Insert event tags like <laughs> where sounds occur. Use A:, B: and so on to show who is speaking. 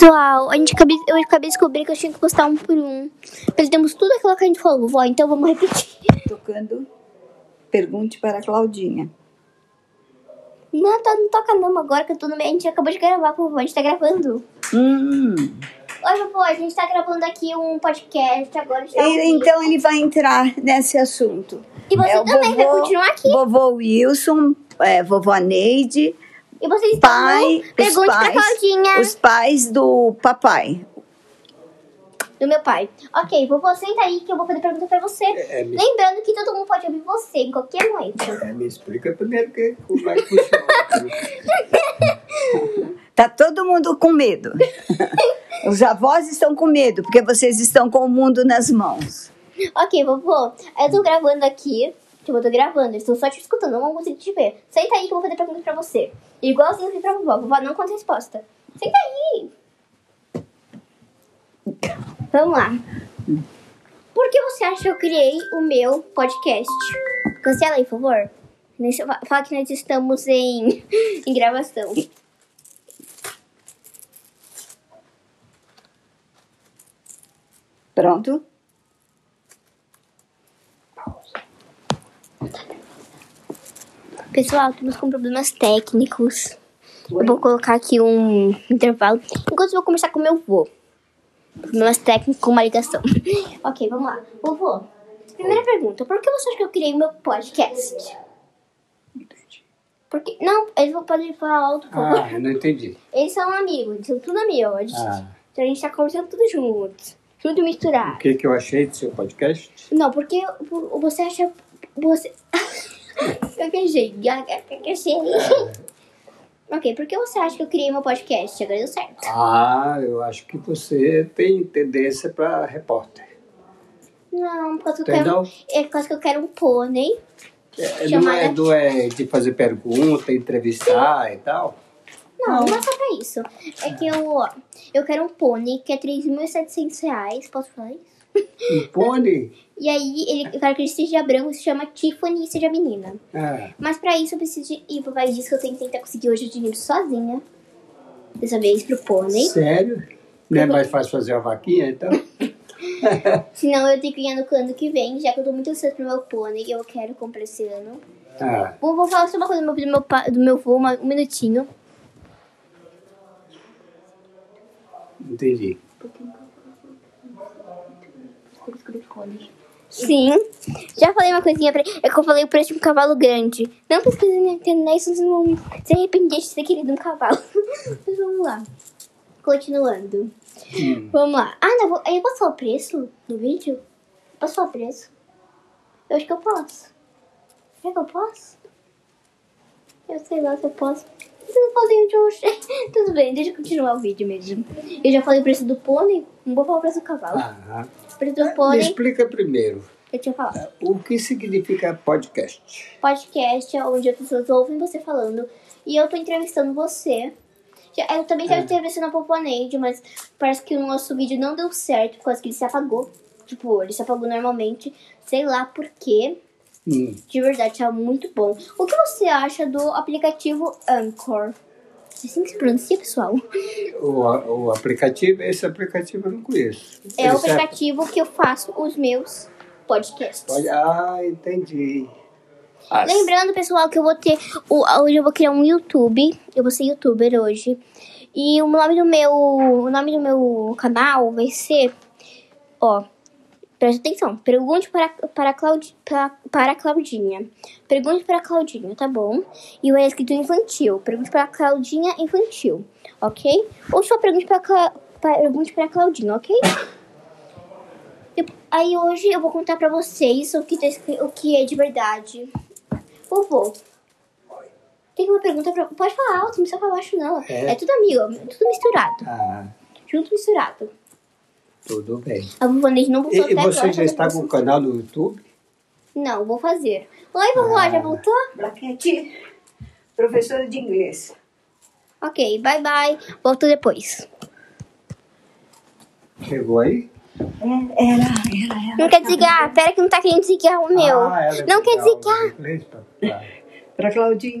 A: Pessoal, a gente acabei, eu acabei de descobrir que eu tinha que postar um por um. Perdemos tudo aquilo que a gente falou, vó, então vamos repetir. <laughs>
B: Tocando, pergunte para a Claudinha.
A: Não, tá, não toca não agora que eu tô no meio. A gente acabou de gravar, por favor, a gente tá gravando.
B: Hum.
A: Oi, vovó, a gente tá gravando aqui um podcast agora. Está
B: E- então ele vai entrar nesse assunto.
A: E você
B: É, o
A: também vai continuar aqui.
B: Vovô Wilson, é, vovó Neide,
A: E vocês
B: pai,
A: também pergunte
B: os
A: pra
B: pais,
A: Claudinha.
B: os pais do papai.
A: Do meu pai. Ok, vovô, senta aí que eu vou fazer pergunta pra você.
C: É, me,
A: Lembrando que todo mundo pode ouvir você em qualquer momento.
C: é, me explica primeiro que, como é que funciona.
B: Tá todo mundo
A: <laughs>
B: com medo. os avós estão com medo porque vocês estão com o mundo nas mãos.
A: <laughs> Ok, vovô, eu tô gravando aqui. Tipo, eu tô gravando, eles estão só te escutando, não vão conseguir te ver. Senta aí que eu vou fazer pergunta pra você. Igualzinho eu fiz pra vovó. Vovó não conta resposta. Senta aí! Vamos lá. Por que você acha que eu criei o meu podcast? Cancela aí, por favor. Nesse- Fala que nós estamos em, <laughs> em gravação.
B: Pronto?
A: Pessoal, estamos com problemas técnicos.
B: Oi.
A: Eu vou colocar aqui um intervalo. Enquanto eu vou conversar com meu vô. Problemas técnicos com uma ligação. <laughs> ok, vamos lá. Vovô, primeira pergunta. Por que você acha que eu criei o meu podcast? Porque, não, eles vão poder falar alto, por favor.
C: <laughs> Ah, eu não entendi.
A: Eles são amigos, eles são tudo amigos. A gente-
C: Ah.
A: Então a gente tá conversando tudo junto. Tudo misturado.
C: O que, que eu achei do seu podcast?
A: Não, porque vo- você acha. Você. <laughs> eu viajei. Eu viajei. ok, por que você acha que eu criei meu podcast? Agora deu certo.
C: Ah, eu acho que você tem tendência para repórter.
A: Não, por causa que eu quero.
C: Entendeu?
A: É por causa que eu quero um pônei.
C: É, não,
A: Chamada-
C: é, do- é de fazer pergunta, entrevistar e tal?
A: Não, não é só pra isso. É que eu. ó, Eu quero um pônei que é 3.700 reais. Posso falar isso?
C: Um pônei?
A: E aí, ele, eu quero que ele seja branco, se chama Tiffany e seja menina.
C: Ah,
A: Mas pra isso eu preciso de ir pro país disso que eu tenho que tentar conseguir hoje o dinheiro sozinha. Dessa vez pro pônei.
C: sério? Não é mais fácil fazer uma vaquinha, então?
A: Senão eu tenho que ganhar no ano que vem, já que eu tô muito ansiosa pro meu pônei e eu quero comprar esse ano.
C: Ah,
A: Vou, vou falar só uma coisa do meu, do meu, pa- do meu vô, uma- um minutinho.
C: entendi.
A: Sim. Já falei uma coisinha pra É que eu falei o preço de um cavalo grande. Não pesquisa na internet, né? senão vocês vão se arrepender de ter querido um cavalo. <laughs> Mas vamos lá. Continuando. Vamos lá. Ah, não, vou- eu posso falar o preço do vídeo? Posso falar o preço? Eu acho que eu posso. Será que eu posso? Eu sei lá se eu posso. Vocês não podem onde eu achei. <laughs> Tudo bem, deixa eu continuar o vídeo mesmo. Eu já falei o preço do pônei, não vou falar o preço do cavalo.
C: Ah,
A: O preço do
C: me
A: pônei,
C: explica primeiro,
A: eu tinha falado.
C: o que significa podcast?
A: podcast onde as pessoas ouvem você falando e eu tô entrevistando você. Já- Eu também quero entrevistar na Poponeide, mas parece que o nosso vídeo não deu certo, por causa que ele se apagou. Tipo, ele se apagou normalmente, sei lá por quê.
C: Hum.
A: De verdade, tá muito bom. O que você acha do aplicativo Anchor? É assim que se pronuncia, pessoal?
C: O, a- o aplicativo, esse aplicativo eu não conheço.
A: É o
C: Esse
A: aplicativo que eu faço os meus podcasts.
C: Olha, Ah, entendi. Ah,
A: Lembrando, pessoal, que eu vou ter. o- Hoje eu vou criar um YouTube. Eu vou ser youtuber hoje. E o nome do meu. O nome do meu canal vai ser. Ó. Presta atenção. Pergunte para, para, Claudi, para, para Claudinha. Pergunte para Claudinha, tá bom? E vai escrito infantil. Pergunte para Claudinha infantil, ok? Ou só pergunte para, Cla- pergunte para Claudinha, ok? Dep- Tipo, Aí hoje eu vou contar pra vocês o que, tá escri- o que é de verdade. Vovô. Tem uma pergunta pra. Pode falar alto, não precisa falar baixo, não. É,
C: É.
A: tudo amigo, é tudo misturado.
C: Ah,
A: Junto misturado.
C: tudo bem.
A: A vovó Neide não
C: E,
A: voltou
C: e
A: até agora.
C: você já
A: tá
C: está com
A: pensando-
C: o canal no YouTube?
A: Não, vou fazer. Oi, vovó,
C: Ah.
A: já voltou?
B: Braquete, professora de inglês.
A: Ok, bye bye. Volto depois.
C: Chegou aí?
B: É, Era, era, era.
A: Não quer desligar. Pera que não tá querendo desligar o meu.
C: Ah, ela tá?
A: não quer
C: tem aula
A: desligar.
C: de inglês pra- pra-
B: Para Claudinha.